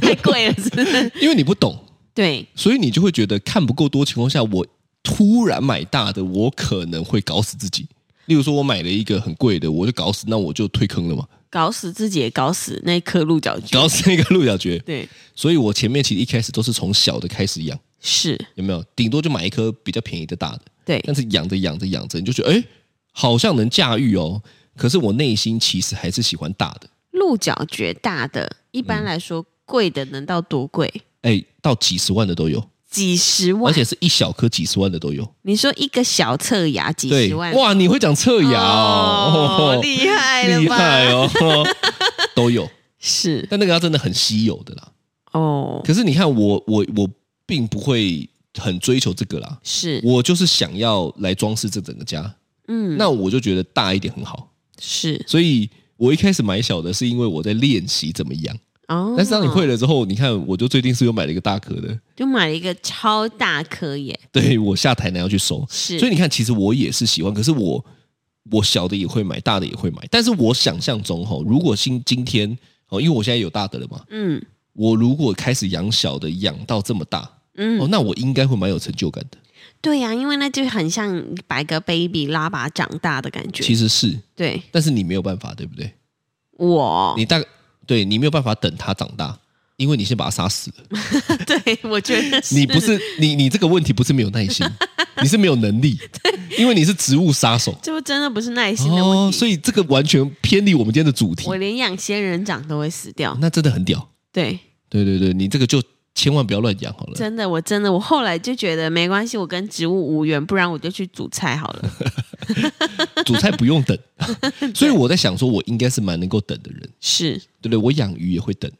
[SPEAKER 2] 太贵了，是不是？
[SPEAKER 3] 因为你不懂，
[SPEAKER 2] 对，
[SPEAKER 3] 所以你就会觉得看不够多情况下，我突然买大的，我可能会搞死自己。例如说，我买了一个很贵的，我就搞死，那我就退坑了嘛，
[SPEAKER 2] 搞死自己也搞死那颗鹿角蕨。
[SPEAKER 3] 搞死那个鹿角蕨。
[SPEAKER 2] 对，
[SPEAKER 3] 所以我前面其实一开始都是从小的开始养，
[SPEAKER 2] 是，
[SPEAKER 3] 有没有？顶多就买一颗比较便宜的大的，
[SPEAKER 2] 对，
[SPEAKER 3] 但是养着养着养着，你就觉得哎，好像能驾驭哦。可是我内心其实还是喜欢大的，
[SPEAKER 2] 鹿角蕨大的，一
[SPEAKER 3] 嗯
[SPEAKER 2] 般来说贵的能到多贵？
[SPEAKER 3] 哎，到几十万的都有，
[SPEAKER 2] 几十
[SPEAKER 3] 而
[SPEAKER 2] 万。
[SPEAKER 3] 且是一小颗几十万的都有。
[SPEAKER 2] 你说一个小侧芽几
[SPEAKER 3] 对，
[SPEAKER 2] 十万？哦
[SPEAKER 3] 哇，你会讲侧牙哦，
[SPEAKER 2] 厉害了
[SPEAKER 3] 厉
[SPEAKER 2] 吧？
[SPEAKER 3] 害哦，都有。
[SPEAKER 2] 是
[SPEAKER 3] 但那个要真的很稀有的啦。
[SPEAKER 2] 哦，
[SPEAKER 3] 可是你看我，我我并不会很追求这个啦，
[SPEAKER 2] 是，
[SPEAKER 3] 我就是想要来装饰这整个家。
[SPEAKER 2] 嗯，
[SPEAKER 3] 那我就觉得大一点很好，
[SPEAKER 2] 是
[SPEAKER 3] 所以我一开始买小的是因为我在练习怎么养，
[SPEAKER 2] 哦，
[SPEAKER 3] 但是当你会了之后，你看我就最近是又买了一个大颗的，
[SPEAKER 2] 就买了一个超大颗耶，
[SPEAKER 3] 对我下台南要去收，
[SPEAKER 2] 是，
[SPEAKER 3] 所以你看，其实我也是喜欢，可是我我小的也会买，大的也会买，但是我想象中哈，如果今今天哦，因为我现在有大的了嘛，
[SPEAKER 2] 嗯
[SPEAKER 3] 我如果开始养小的，养到这么大
[SPEAKER 2] 嗯，
[SPEAKER 3] 哦，那我应该会蛮有成就感的。
[SPEAKER 2] 对呀、因为那就很像把一个 baby 拉拔长大的感觉。
[SPEAKER 3] 其实是，
[SPEAKER 2] 对
[SPEAKER 3] 但是你没有办法，对不对？
[SPEAKER 2] 我，
[SPEAKER 3] 你大对你没有办法等它长大，因为你先把它杀死了。
[SPEAKER 2] 对我觉得是
[SPEAKER 3] 你不是你你这个问题不是没有耐 心，你是没有能力，因为你是植物杀手
[SPEAKER 2] 就真的不是耐心的问
[SPEAKER 3] 哦，
[SPEAKER 2] 题。
[SPEAKER 3] 所以这个完全偏离我们今天的主题
[SPEAKER 2] 我，连养仙人掌都会死掉。
[SPEAKER 3] 那真的很屌。
[SPEAKER 2] 对，
[SPEAKER 3] 对对对，你这个就千万不要乱养好了。
[SPEAKER 2] 真的，我真的，我后来就觉得没关系，我跟植物无缘，不然我就去煮菜好 了。
[SPEAKER 3] 煮菜不用 等，所以我在想说，我应该是蛮能够等的人，
[SPEAKER 2] 是，
[SPEAKER 3] 对不对？我养鱼也会等，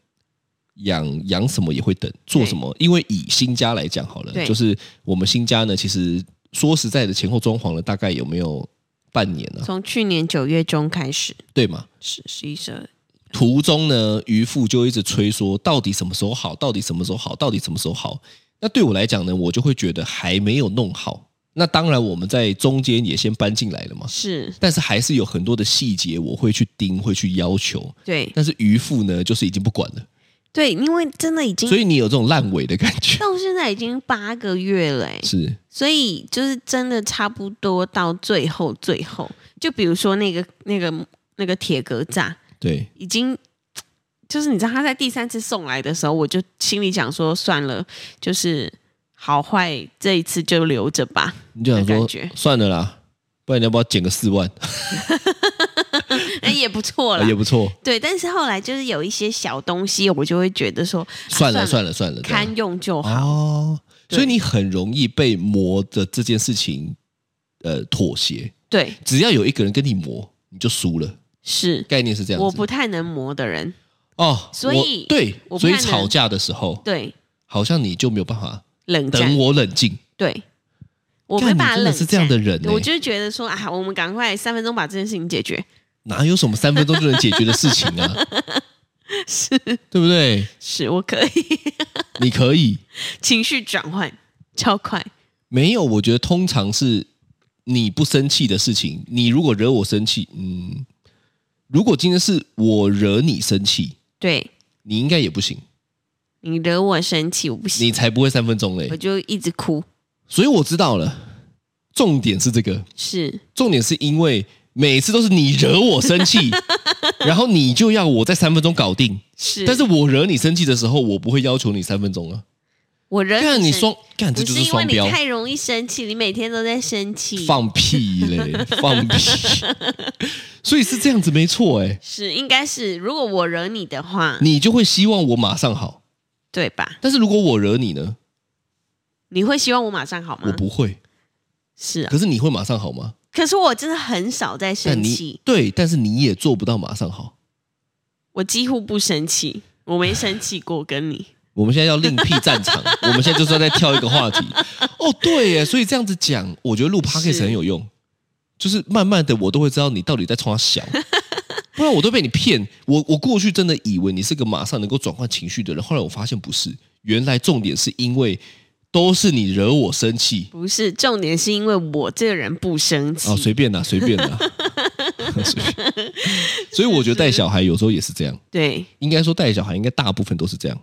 [SPEAKER 3] 养养什么也会等，做什么？因为以新家来讲好了，
[SPEAKER 2] 对
[SPEAKER 3] 就是我们新家呢，其实说实在的，前后装潢了大概有没有半年呢、啊？
[SPEAKER 2] 从去年九月中开始，
[SPEAKER 3] 对吗？
[SPEAKER 2] 是十一十二，
[SPEAKER 3] 途中呢，渔父就一直催说，到底什么时候好？到底什么时候好？到底什么时候好？那对我来讲呢，我就会觉得还没有弄好。那当然，我们在中间也先搬进来了嘛，
[SPEAKER 2] 是
[SPEAKER 3] 但是还是有很多的细节我会去盯，会去要求。
[SPEAKER 2] 对
[SPEAKER 3] 但是渔父呢，就是已经不管了，
[SPEAKER 2] 对，因为真的已经
[SPEAKER 3] 所以你有这种烂尾的感 觉，
[SPEAKER 2] 到现在已经八个月了、欸，
[SPEAKER 3] 是
[SPEAKER 2] 所以就是真的差不多到最后最后，就比如说那个那个那个铁格栅
[SPEAKER 3] 对，
[SPEAKER 2] 已经。就是你知道他在第三次送来的时候，我就心里想说算了，就是好坏这一次就留着吧。
[SPEAKER 3] 你就想
[SPEAKER 2] 的
[SPEAKER 3] 说
[SPEAKER 2] 感觉
[SPEAKER 3] 算了啦，不然你要不要减个四万、啊
[SPEAKER 2] 哎，也不错啦啊
[SPEAKER 3] 也。不错，
[SPEAKER 2] 对，但是后来就是有一些小东西，我就会觉得说，啊
[SPEAKER 3] 算了
[SPEAKER 2] 算
[SPEAKER 3] 算了算了，这样
[SPEAKER 2] 堪用就好。
[SPEAKER 3] 哦，
[SPEAKER 2] 对
[SPEAKER 3] 所以你很容易被磨的这件事情，呃，妥协。
[SPEAKER 2] 对，
[SPEAKER 3] 只要有一个人跟你磨，你就输了。
[SPEAKER 2] 是
[SPEAKER 3] 概念是这样子。
[SPEAKER 2] 我不太能磨的人。
[SPEAKER 3] 哦，
[SPEAKER 2] 所
[SPEAKER 3] 我
[SPEAKER 2] 以
[SPEAKER 3] 对
[SPEAKER 2] 我，不
[SPEAKER 3] 所以
[SPEAKER 2] 太能
[SPEAKER 3] 吵架的时候，
[SPEAKER 2] 对，
[SPEAKER 3] 好像你就没有办法
[SPEAKER 2] 冷战
[SPEAKER 3] 等。我冷静。
[SPEAKER 2] 对，我
[SPEAKER 3] 干
[SPEAKER 2] 没
[SPEAKER 3] 你
[SPEAKER 2] 办法
[SPEAKER 3] 真
[SPEAKER 2] 冷
[SPEAKER 3] 的是这样
[SPEAKER 2] 战
[SPEAKER 3] 的人
[SPEAKER 2] 对我
[SPEAKER 3] 欸
[SPEAKER 2] 就是觉得说啊，我们赶快三分钟把这件事情解决。
[SPEAKER 3] 哪有什么三分钟就能解决的事情啊？
[SPEAKER 2] 是
[SPEAKER 3] 对不对？
[SPEAKER 2] 是，我可以
[SPEAKER 3] 你可以
[SPEAKER 2] 情绪转换超快。
[SPEAKER 3] 没有？我觉得通常是你不生气的事情，你如果惹我生气，嗯，如果今天是我惹你生气，
[SPEAKER 2] 对
[SPEAKER 3] 你应该也不行，
[SPEAKER 2] 你惹我生气，我不
[SPEAKER 3] 你
[SPEAKER 2] 行，
[SPEAKER 3] 才不会三分钟嘞
[SPEAKER 2] 我。就一直哭。
[SPEAKER 3] 所以我知道了，重点是这个，
[SPEAKER 2] 是
[SPEAKER 3] 重点是因为每次都是你惹我生 气，然后你就要我在三分钟搞定。
[SPEAKER 2] 是，
[SPEAKER 3] 但是我惹你生气的时候，我不会要求你三分钟啊。
[SPEAKER 2] 我惹
[SPEAKER 3] 干你
[SPEAKER 2] 生
[SPEAKER 3] 双，干这
[SPEAKER 2] 哎不
[SPEAKER 3] 就是是
[SPEAKER 2] 因为
[SPEAKER 3] 双
[SPEAKER 2] 啊你
[SPEAKER 3] 标，
[SPEAKER 2] 太容易生气，你每天都在生气。
[SPEAKER 3] 放屁嘞， 放屁。所以是这样子没错哎，
[SPEAKER 2] 是应该是，如果我惹你的话，
[SPEAKER 3] 你就会希望我马上好。
[SPEAKER 2] 对吧？
[SPEAKER 3] 但是如果我惹你呢，
[SPEAKER 2] 你会希望我马上好
[SPEAKER 3] 我
[SPEAKER 2] 吗？
[SPEAKER 3] 不会。
[SPEAKER 2] 是啊，
[SPEAKER 3] 可是你会马上好吗？
[SPEAKER 2] 可是我真的很少在
[SPEAKER 3] 但
[SPEAKER 2] 生
[SPEAKER 3] 你
[SPEAKER 2] 气，
[SPEAKER 3] 对，但是你也做不到马上好。
[SPEAKER 2] 我几乎不生气，我没生气过跟你。
[SPEAKER 3] 我们现在要另辟 战场，我们现在就是要再挑一个话题。哦，对耶，所以这样子讲，我觉得录 podcast
[SPEAKER 2] 是
[SPEAKER 3] 很有用，就是慢慢的我都会知道你到底在冲 他小，不然我都被你骗。我我过去真的以为你是个马上能够转换情绪的人，后来我发现不是，原来重点是因为都是你惹我生气
[SPEAKER 2] 不是，重点是因为我这个人不生气。
[SPEAKER 3] 哦，随便啦，随便 啦，随便。所以我觉得带小孩有时候也是这样，
[SPEAKER 2] 对，
[SPEAKER 3] 应该说带小孩应该大部分都是这样，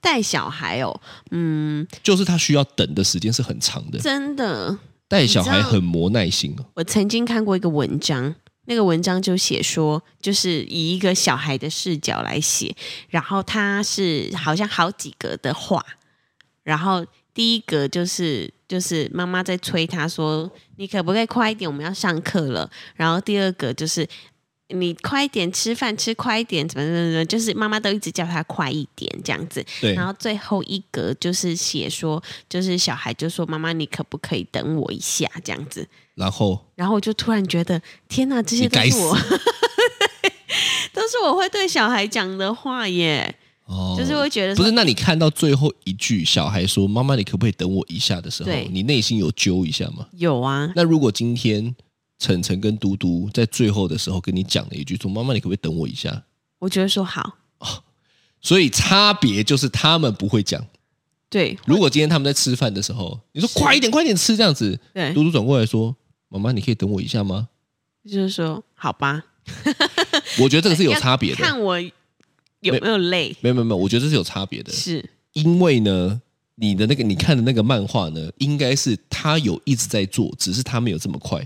[SPEAKER 2] 带小孩哦，嗯，
[SPEAKER 3] 就是他需要等的时间是很长的。
[SPEAKER 2] 真的，
[SPEAKER 3] 带小
[SPEAKER 2] 你
[SPEAKER 3] 孩
[SPEAKER 2] 知道
[SPEAKER 3] 很磨耐心哦。
[SPEAKER 2] 我曾经看过一个文章，那个文章就写说，就是以一个小孩的视角来写，然后他是好像好几格的画，然后第一格就是就是妈妈在催他说，你可不可以快一点，我们要上课了，然后第二格就是。你快一点吃饭，吃快一点，怎么怎么怎么，就是妈妈都一直叫他快一点这样子。
[SPEAKER 3] 对
[SPEAKER 2] 然后最后一格就是写说，就是小孩就说：“妈妈，你可不可以等我一下？”这样子，
[SPEAKER 3] 然后
[SPEAKER 2] 然后我就突然觉得，天哪，这
[SPEAKER 3] 你
[SPEAKER 2] 些都
[SPEAKER 3] 该
[SPEAKER 2] 是
[SPEAKER 3] 死
[SPEAKER 2] 我， 都是我会对小孩讲的话耶，
[SPEAKER 3] 哦，
[SPEAKER 2] 就是会觉得
[SPEAKER 3] 不
[SPEAKER 2] 说
[SPEAKER 3] 是？那你看到最后一句，小孩说“妈妈，你可不可以等我一下”的时候
[SPEAKER 2] 对，
[SPEAKER 3] 你内心有揪一下吗？
[SPEAKER 2] 有啊，
[SPEAKER 3] 那如果今天晨晨跟嘟嘟在最后的时候跟你讲了一句说：“妈妈，你可不可以等我一下
[SPEAKER 2] 我觉得说好，？”
[SPEAKER 3] 所以差别就是他们不会讲。
[SPEAKER 2] 对
[SPEAKER 3] 如果今天他们在吃饭的时候，你说
[SPEAKER 2] 是
[SPEAKER 3] 快一点，快点吃这样子，
[SPEAKER 2] 对，
[SPEAKER 3] 嘟嘟转过来说：“妈妈，你可以等我一下吗
[SPEAKER 2] 就是说好吧，？”
[SPEAKER 3] 我觉得这个是有差别的。
[SPEAKER 2] 哎看我有没有累，
[SPEAKER 3] 没有没有没有，我觉得这是有差别的，
[SPEAKER 2] 是
[SPEAKER 3] 因为呢，你的那个你看的那个漫画呢，应该是他有一直在做，只是他没有这么快。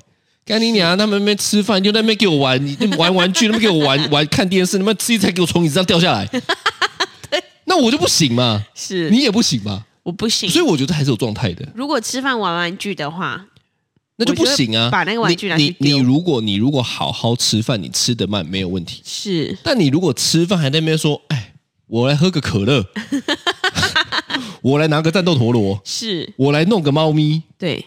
[SPEAKER 3] 干你娘！他们那边吃饭，就在那边给我玩，你玩玩具，那边给我玩玩看电视，那边吃一才给我从椅子上掉 下来。那我就不行嘛，
[SPEAKER 2] 是，
[SPEAKER 3] 你也不行嘛，
[SPEAKER 2] 我不行。
[SPEAKER 3] 所以我觉得还是有状态的。
[SPEAKER 2] 如果吃饭玩玩具的话，
[SPEAKER 3] 那就不行
[SPEAKER 2] 我觉
[SPEAKER 3] 啊！
[SPEAKER 2] 得把那个玩具拿去
[SPEAKER 3] 你你
[SPEAKER 2] 丢
[SPEAKER 3] 你如果你如果好好吃饭，你吃得慢没有问题。
[SPEAKER 2] 是
[SPEAKER 3] 但你如果吃饭还在那边说，哎，我来喝个可 乐，我来拿个战斗陀螺，
[SPEAKER 2] 是，
[SPEAKER 3] 我来弄个猫咪，
[SPEAKER 2] 对，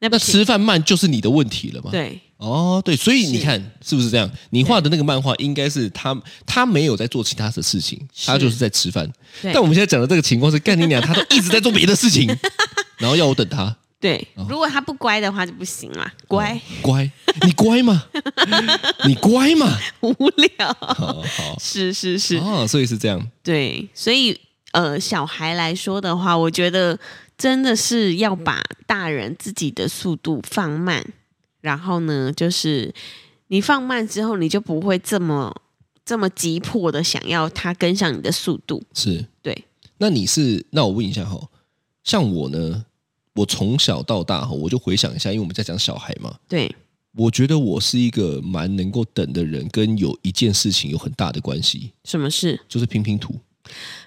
[SPEAKER 2] 那不
[SPEAKER 3] 那
[SPEAKER 2] 行
[SPEAKER 3] 吃饭慢就是你的问题了嘛？，
[SPEAKER 2] 对
[SPEAKER 3] 哦，对，所以你看是不是这样？你画的那个漫画应该是他他没有在做其他的事情，他就是在吃饭。
[SPEAKER 2] 对
[SPEAKER 3] 但我们现在讲的这个情况是，干你娘，他都一直在做别的事 情，然后要我等他。
[SPEAKER 2] 对，
[SPEAKER 3] 哦
[SPEAKER 2] 如果他不乖的话就不行啦，乖、
[SPEAKER 3] 乖，你 乖吗？你乖吗？
[SPEAKER 2] 无聊，
[SPEAKER 3] 好好
[SPEAKER 2] 是是是，
[SPEAKER 3] 哦，所以是这样，
[SPEAKER 2] 对，所以呃，小孩来说的话，我觉得真的是要把大人自己的速度放慢，然后呢，就是你放慢之后，你就不会这么这么急迫的想要他跟上你的速度。
[SPEAKER 3] 是
[SPEAKER 2] 对。
[SPEAKER 3] 那你是？那我问一下哈，像我呢，我从小到大哈，我就回想一下，因为我们在讲小孩嘛，
[SPEAKER 2] 对，
[SPEAKER 3] 我觉得我是一个蛮能够等的人，跟有一件事情有很大的关系，
[SPEAKER 2] 什么事
[SPEAKER 3] 就是拼拼图，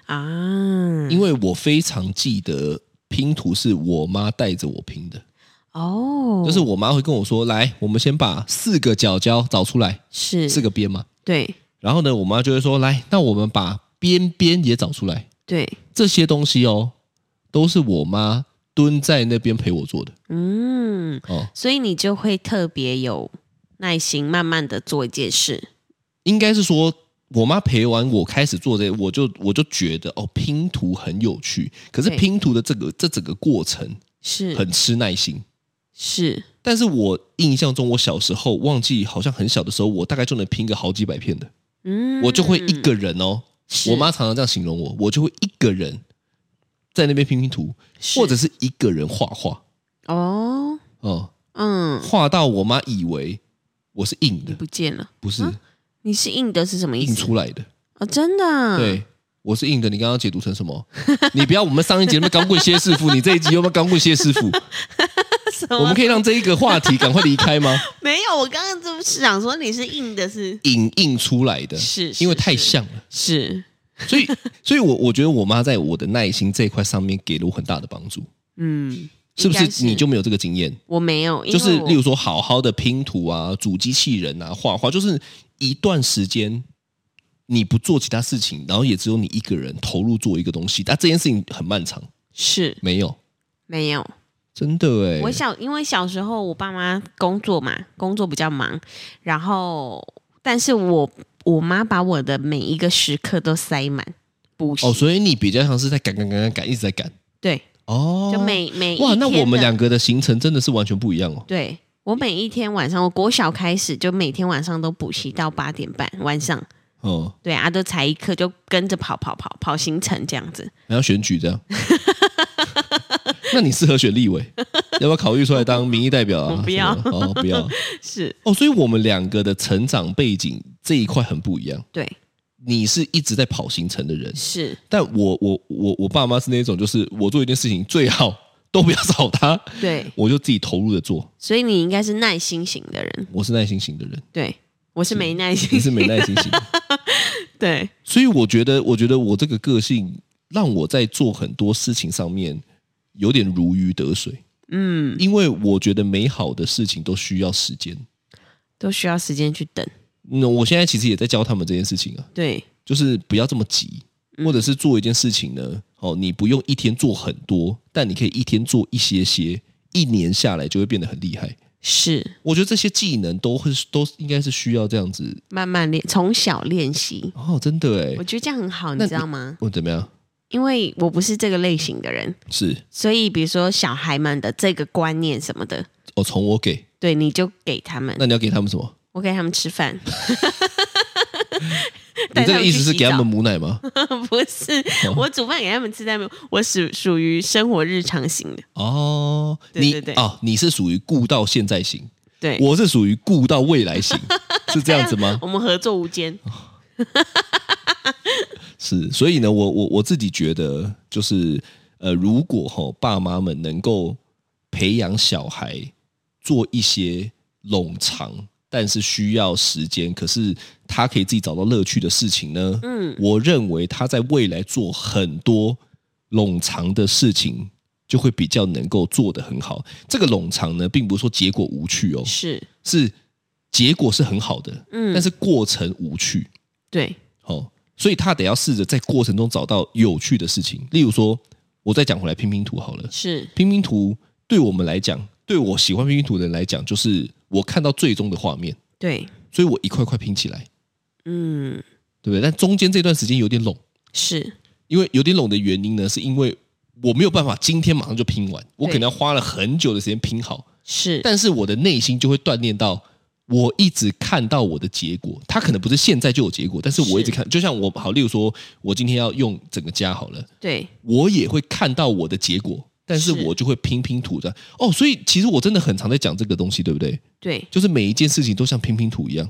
[SPEAKER 2] 啊？
[SPEAKER 3] 因为我非常记得。拼图是我妈带着我拼的，
[SPEAKER 2] 哦，
[SPEAKER 3] 就是我妈会跟我说：“来，我们先把四个角角找出来，
[SPEAKER 2] 是
[SPEAKER 3] 四个边嘛。”
[SPEAKER 2] 对
[SPEAKER 3] 然后呢，我妈就会说：“来，那我们把边边也找出来，
[SPEAKER 2] 对，
[SPEAKER 3] 这些东西哦，都是我妈蹲在那边陪我做的
[SPEAKER 2] 嗯，
[SPEAKER 3] 哦。
[SPEAKER 2] 所以你就会特别有耐心，慢慢的做一件事。
[SPEAKER 3] 应该是说，我妈陪完我开始做这，我就我就觉得哦，拼图很有趣。可是
[SPEAKER 2] 对
[SPEAKER 3] 拼图的这个这整个过程
[SPEAKER 2] 是
[SPEAKER 3] 很吃耐心。
[SPEAKER 2] 是，
[SPEAKER 3] 但是我印象中，我小时候忘记，好像很小的时候，我大概就能拼个好几百片的，
[SPEAKER 2] 嗯，
[SPEAKER 3] 我就会一个人哦。
[SPEAKER 2] 是，
[SPEAKER 3] 我妈常常这样形容我，我就会一个人在那边拼拼图，
[SPEAKER 2] 是
[SPEAKER 3] 或者是一个人画画。
[SPEAKER 2] 哦，
[SPEAKER 3] 哦，
[SPEAKER 2] 嗯，
[SPEAKER 3] 画到我妈以为我是印的，
[SPEAKER 2] 不见了。
[SPEAKER 3] 不是
[SPEAKER 2] 你是印的是什么意
[SPEAKER 3] 印
[SPEAKER 2] 思？
[SPEAKER 3] 出来的。
[SPEAKER 2] 哦，真的啊，
[SPEAKER 3] 对，我是印的。你刚刚解读成什么？ 你不要我们上一集有没有钢棍蝎师傅，你这一集有没有钢棍蝎师傅？
[SPEAKER 2] 什
[SPEAKER 3] 我
[SPEAKER 2] 么
[SPEAKER 3] 们可以让这一个话题赶快离 开吗？
[SPEAKER 2] 没有？我刚刚就是想说你是印的是，
[SPEAKER 3] 影印出来的，
[SPEAKER 2] 是是
[SPEAKER 3] 因为太像了，
[SPEAKER 2] 是
[SPEAKER 3] 所以，所以我我觉得我妈在我的耐心这一块上面给了我很大的帮助。
[SPEAKER 2] 嗯，
[SPEAKER 3] 是
[SPEAKER 2] 应
[SPEAKER 3] 不
[SPEAKER 2] 该
[SPEAKER 3] 是你就没有这个经验？
[SPEAKER 2] 我没有，因为
[SPEAKER 3] 就是
[SPEAKER 2] 我
[SPEAKER 3] 例如说，好好的拼图啊，组机器人啊，画画，就是一段时间你不做其他事情，然后也只有你一个人投入做一个东西，但这件事情很漫长，
[SPEAKER 2] 是
[SPEAKER 3] 没有
[SPEAKER 2] 没有。
[SPEAKER 3] 真的哎，
[SPEAKER 2] 我小因为小时候我爸妈工作嘛，工作比较忙，然后但是我我妈把我的每一个时刻都塞满补习，
[SPEAKER 3] 哦，所以你比较像是在赶赶赶赶赶，一直在赶
[SPEAKER 2] 对，
[SPEAKER 3] 哦，
[SPEAKER 2] 就每、每一
[SPEAKER 3] 哇，那
[SPEAKER 2] 天
[SPEAKER 3] 我们
[SPEAKER 2] 的
[SPEAKER 3] 两个的行程真的是完全不一样哦。
[SPEAKER 2] 对我每一天晚上，我国小开始就每天晚上都补习到八点半晚上，
[SPEAKER 3] 哦，
[SPEAKER 2] 对啊，都才一课就跟着跑跑跑跑行程这样子，
[SPEAKER 3] 还要选举 这样，那你适合选立委，要不要考虑出来当民意代表啊？
[SPEAKER 2] 我不要
[SPEAKER 3] 什么的哦，不要
[SPEAKER 2] 是
[SPEAKER 3] 哦，所以我们两个的成长背景这一块很不一样。
[SPEAKER 2] 对，
[SPEAKER 3] 你是一直在跑行程的人，
[SPEAKER 2] 是
[SPEAKER 3] 但我我我我爸妈是那种，就是我做一件事情最好都不要找他，
[SPEAKER 2] 对，
[SPEAKER 3] 我就自己投入的做。
[SPEAKER 2] 所以你应该是耐心型的人，
[SPEAKER 3] 我是耐心型的人，
[SPEAKER 2] 对我是没耐心
[SPEAKER 3] 你，是没耐心型的，
[SPEAKER 2] 对，
[SPEAKER 3] 所以我觉得，我觉得我这个个性让我在做很多事情上面有点如鱼得水，
[SPEAKER 2] 嗯，
[SPEAKER 3] 因为我觉得美好的事情都需要时间。
[SPEAKER 2] 都需要时间去等，
[SPEAKER 3] 那我现在其实也在教他们这件事情啊，
[SPEAKER 2] 对，
[SPEAKER 3] 就是不要这么急，
[SPEAKER 2] 嗯
[SPEAKER 3] 或者是做一件事情呢，哦，你不用一天做很多，但你可以一天做一些些，一年下来就会变得很厉害。
[SPEAKER 2] 是
[SPEAKER 3] 我觉得这些技能都会都应该是需要这样子
[SPEAKER 2] 慢慢练，从小练习，
[SPEAKER 3] 哦，真的哎
[SPEAKER 2] 我，觉得这样很好，
[SPEAKER 3] 那
[SPEAKER 2] 你知道吗？
[SPEAKER 3] 我怎么样？
[SPEAKER 2] 因为我不是这个类型的人，
[SPEAKER 3] 是
[SPEAKER 2] 所以比如说小孩们的这个观念什么的，
[SPEAKER 3] 哦，从我给
[SPEAKER 2] 对，你就给他们，
[SPEAKER 3] 那你要给他们什么？
[SPEAKER 2] 我给他们吃 饭。
[SPEAKER 3] 你
[SPEAKER 2] 带
[SPEAKER 3] 这
[SPEAKER 2] 他
[SPEAKER 3] 个
[SPEAKER 2] 们
[SPEAKER 3] 意思
[SPEAKER 2] 去
[SPEAKER 3] 是
[SPEAKER 2] 洗
[SPEAKER 3] 给他
[SPEAKER 2] 澡
[SPEAKER 3] 们母哦奶吗？
[SPEAKER 2] 不是，我煮饭给他们吃，但没有我属属于生活日常型的。
[SPEAKER 3] 哦，
[SPEAKER 2] 对
[SPEAKER 3] 你
[SPEAKER 2] 对对
[SPEAKER 3] 哦，你是属于顾到现在型，
[SPEAKER 2] 对，哎
[SPEAKER 3] 我是属于顾到未来型，是这样子 吗？哦
[SPEAKER 2] 我们合作无间。
[SPEAKER 3] 是，所以呢，我我我自己觉得，就是呃，如果吼、爸妈们能够培养小孩做一些冗长，但是需要时间，可是他可以自己找到乐趣的事情呢，
[SPEAKER 2] 嗯，
[SPEAKER 3] 我认为他在未来做很多冗长的事情。就会比较能够做得很好。这个冗长呢，并不是说结果无趣哦，
[SPEAKER 2] 是，
[SPEAKER 3] 是结果是很好的，
[SPEAKER 2] 嗯，
[SPEAKER 3] 但是过程无趣。
[SPEAKER 2] 对，
[SPEAKER 3] 哦，所以他得要试着在过程中找到有趣的事情。例如说，我再讲回来拼拼图好了，
[SPEAKER 2] 是
[SPEAKER 3] 拼拼图对我们来讲，对我喜欢拼拼图的人来讲，就是我看到最终的画面，
[SPEAKER 2] 对，
[SPEAKER 3] 所以我一块块拼起来，
[SPEAKER 2] 嗯，
[SPEAKER 3] 对不对？但中间这段时间有点拢，
[SPEAKER 2] 是
[SPEAKER 3] 因为有点拢的原因呢，是因为我没有办法今天马上就拼完，我
[SPEAKER 2] 对
[SPEAKER 3] 可能要花了很久的时间拼好，
[SPEAKER 2] 是，
[SPEAKER 3] 但是我的内心就会锻炼到。我一直看到我的结果，它可能不是现在就有结果，但是我一直
[SPEAKER 2] 是
[SPEAKER 3] 看，就像我好，例如说，我今天要用整个家好了，
[SPEAKER 2] 对，
[SPEAKER 3] 我也会看到我的结果，但是
[SPEAKER 2] 是
[SPEAKER 3] 我就会拼拼图的。哦，所以其实我真的很常在讲这个东西，对不对？
[SPEAKER 2] 对，
[SPEAKER 3] 就是每一件事情都像拼拼图一样。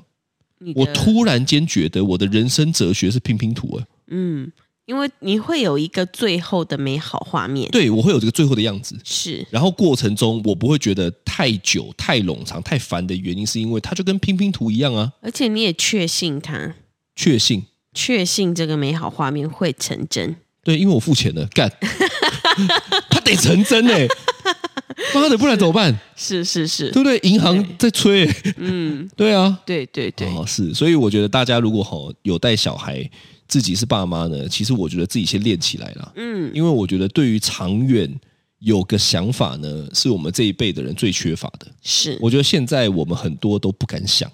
[SPEAKER 2] 你
[SPEAKER 3] 我
[SPEAKER 2] 的
[SPEAKER 3] 突然间觉得我的人生哲学是拼拼图，哎，
[SPEAKER 2] 嗯，因为你会有一个最后的美好画面，
[SPEAKER 3] 对我会有这个最后的样子。
[SPEAKER 2] 是
[SPEAKER 3] 然后过程中我不会觉得太久、太冗长、太烦的原因，是因为它就跟拼拼图一样啊，
[SPEAKER 2] 而且你也确信它，
[SPEAKER 3] 确信。
[SPEAKER 2] 确信这个美好画面会成真。
[SPEAKER 3] 对，因为我付钱了， 干，它得成真哎、妈的，不然怎么办？
[SPEAKER 2] 是是是，
[SPEAKER 3] 对不对？银行在催、欸，
[SPEAKER 2] 嗯，
[SPEAKER 3] 对啊，
[SPEAKER 2] 对对对，
[SPEAKER 3] 哦，是，所以我觉得大家如果吼有带小孩，自己是爸妈呢，其实我觉得自己先练起来啦，
[SPEAKER 2] 嗯，
[SPEAKER 3] 因为我觉得对于长远有个想法呢，是我们这一辈的人最缺乏的。
[SPEAKER 2] 是
[SPEAKER 3] 我觉得现在我们很多都不敢想，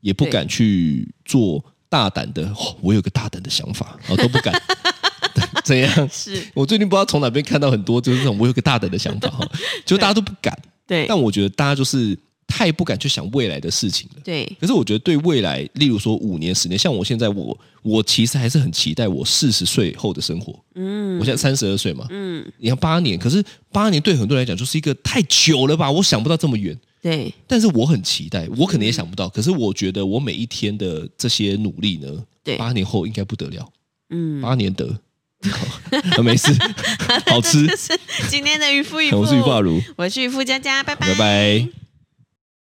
[SPEAKER 3] 也不
[SPEAKER 2] 对
[SPEAKER 3] 敢去做大胆的，哦、我有个大胆的想法，哦，都不敢， 怎样？
[SPEAKER 2] 是，
[SPEAKER 3] 我最近不知道从哪边看到很多，就是那种我有个大胆的想法哈，就大家都不敢。
[SPEAKER 2] 对
[SPEAKER 3] 但我觉得大家就是太不敢去想未来的事情了。
[SPEAKER 2] 对，
[SPEAKER 3] 可是我觉得对未来，例如说五年、十年，像我现在我我其实还是很期待我四十岁后的生活。
[SPEAKER 2] 嗯
[SPEAKER 3] 我现在三十二岁嘛，
[SPEAKER 2] 嗯，
[SPEAKER 3] 你看八年，可是八年对很多人来讲就是一个太久了吧，我想不到这么远。
[SPEAKER 2] 对，
[SPEAKER 3] 但是我很期待，我可能也想不到，
[SPEAKER 2] 嗯
[SPEAKER 3] 可是我觉得我每一天的这些努力呢，
[SPEAKER 2] 对
[SPEAKER 3] 八年后应该不得了，
[SPEAKER 2] 嗯，
[SPEAKER 3] 八年得。 好没事，好吃。
[SPEAKER 2] 今天的渔夫渔夫，
[SPEAKER 3] 我是于发如，
[SPEAKER 2] 我是渔夫佳佳，拜拜，
[SPEAKER 3] 拜拜。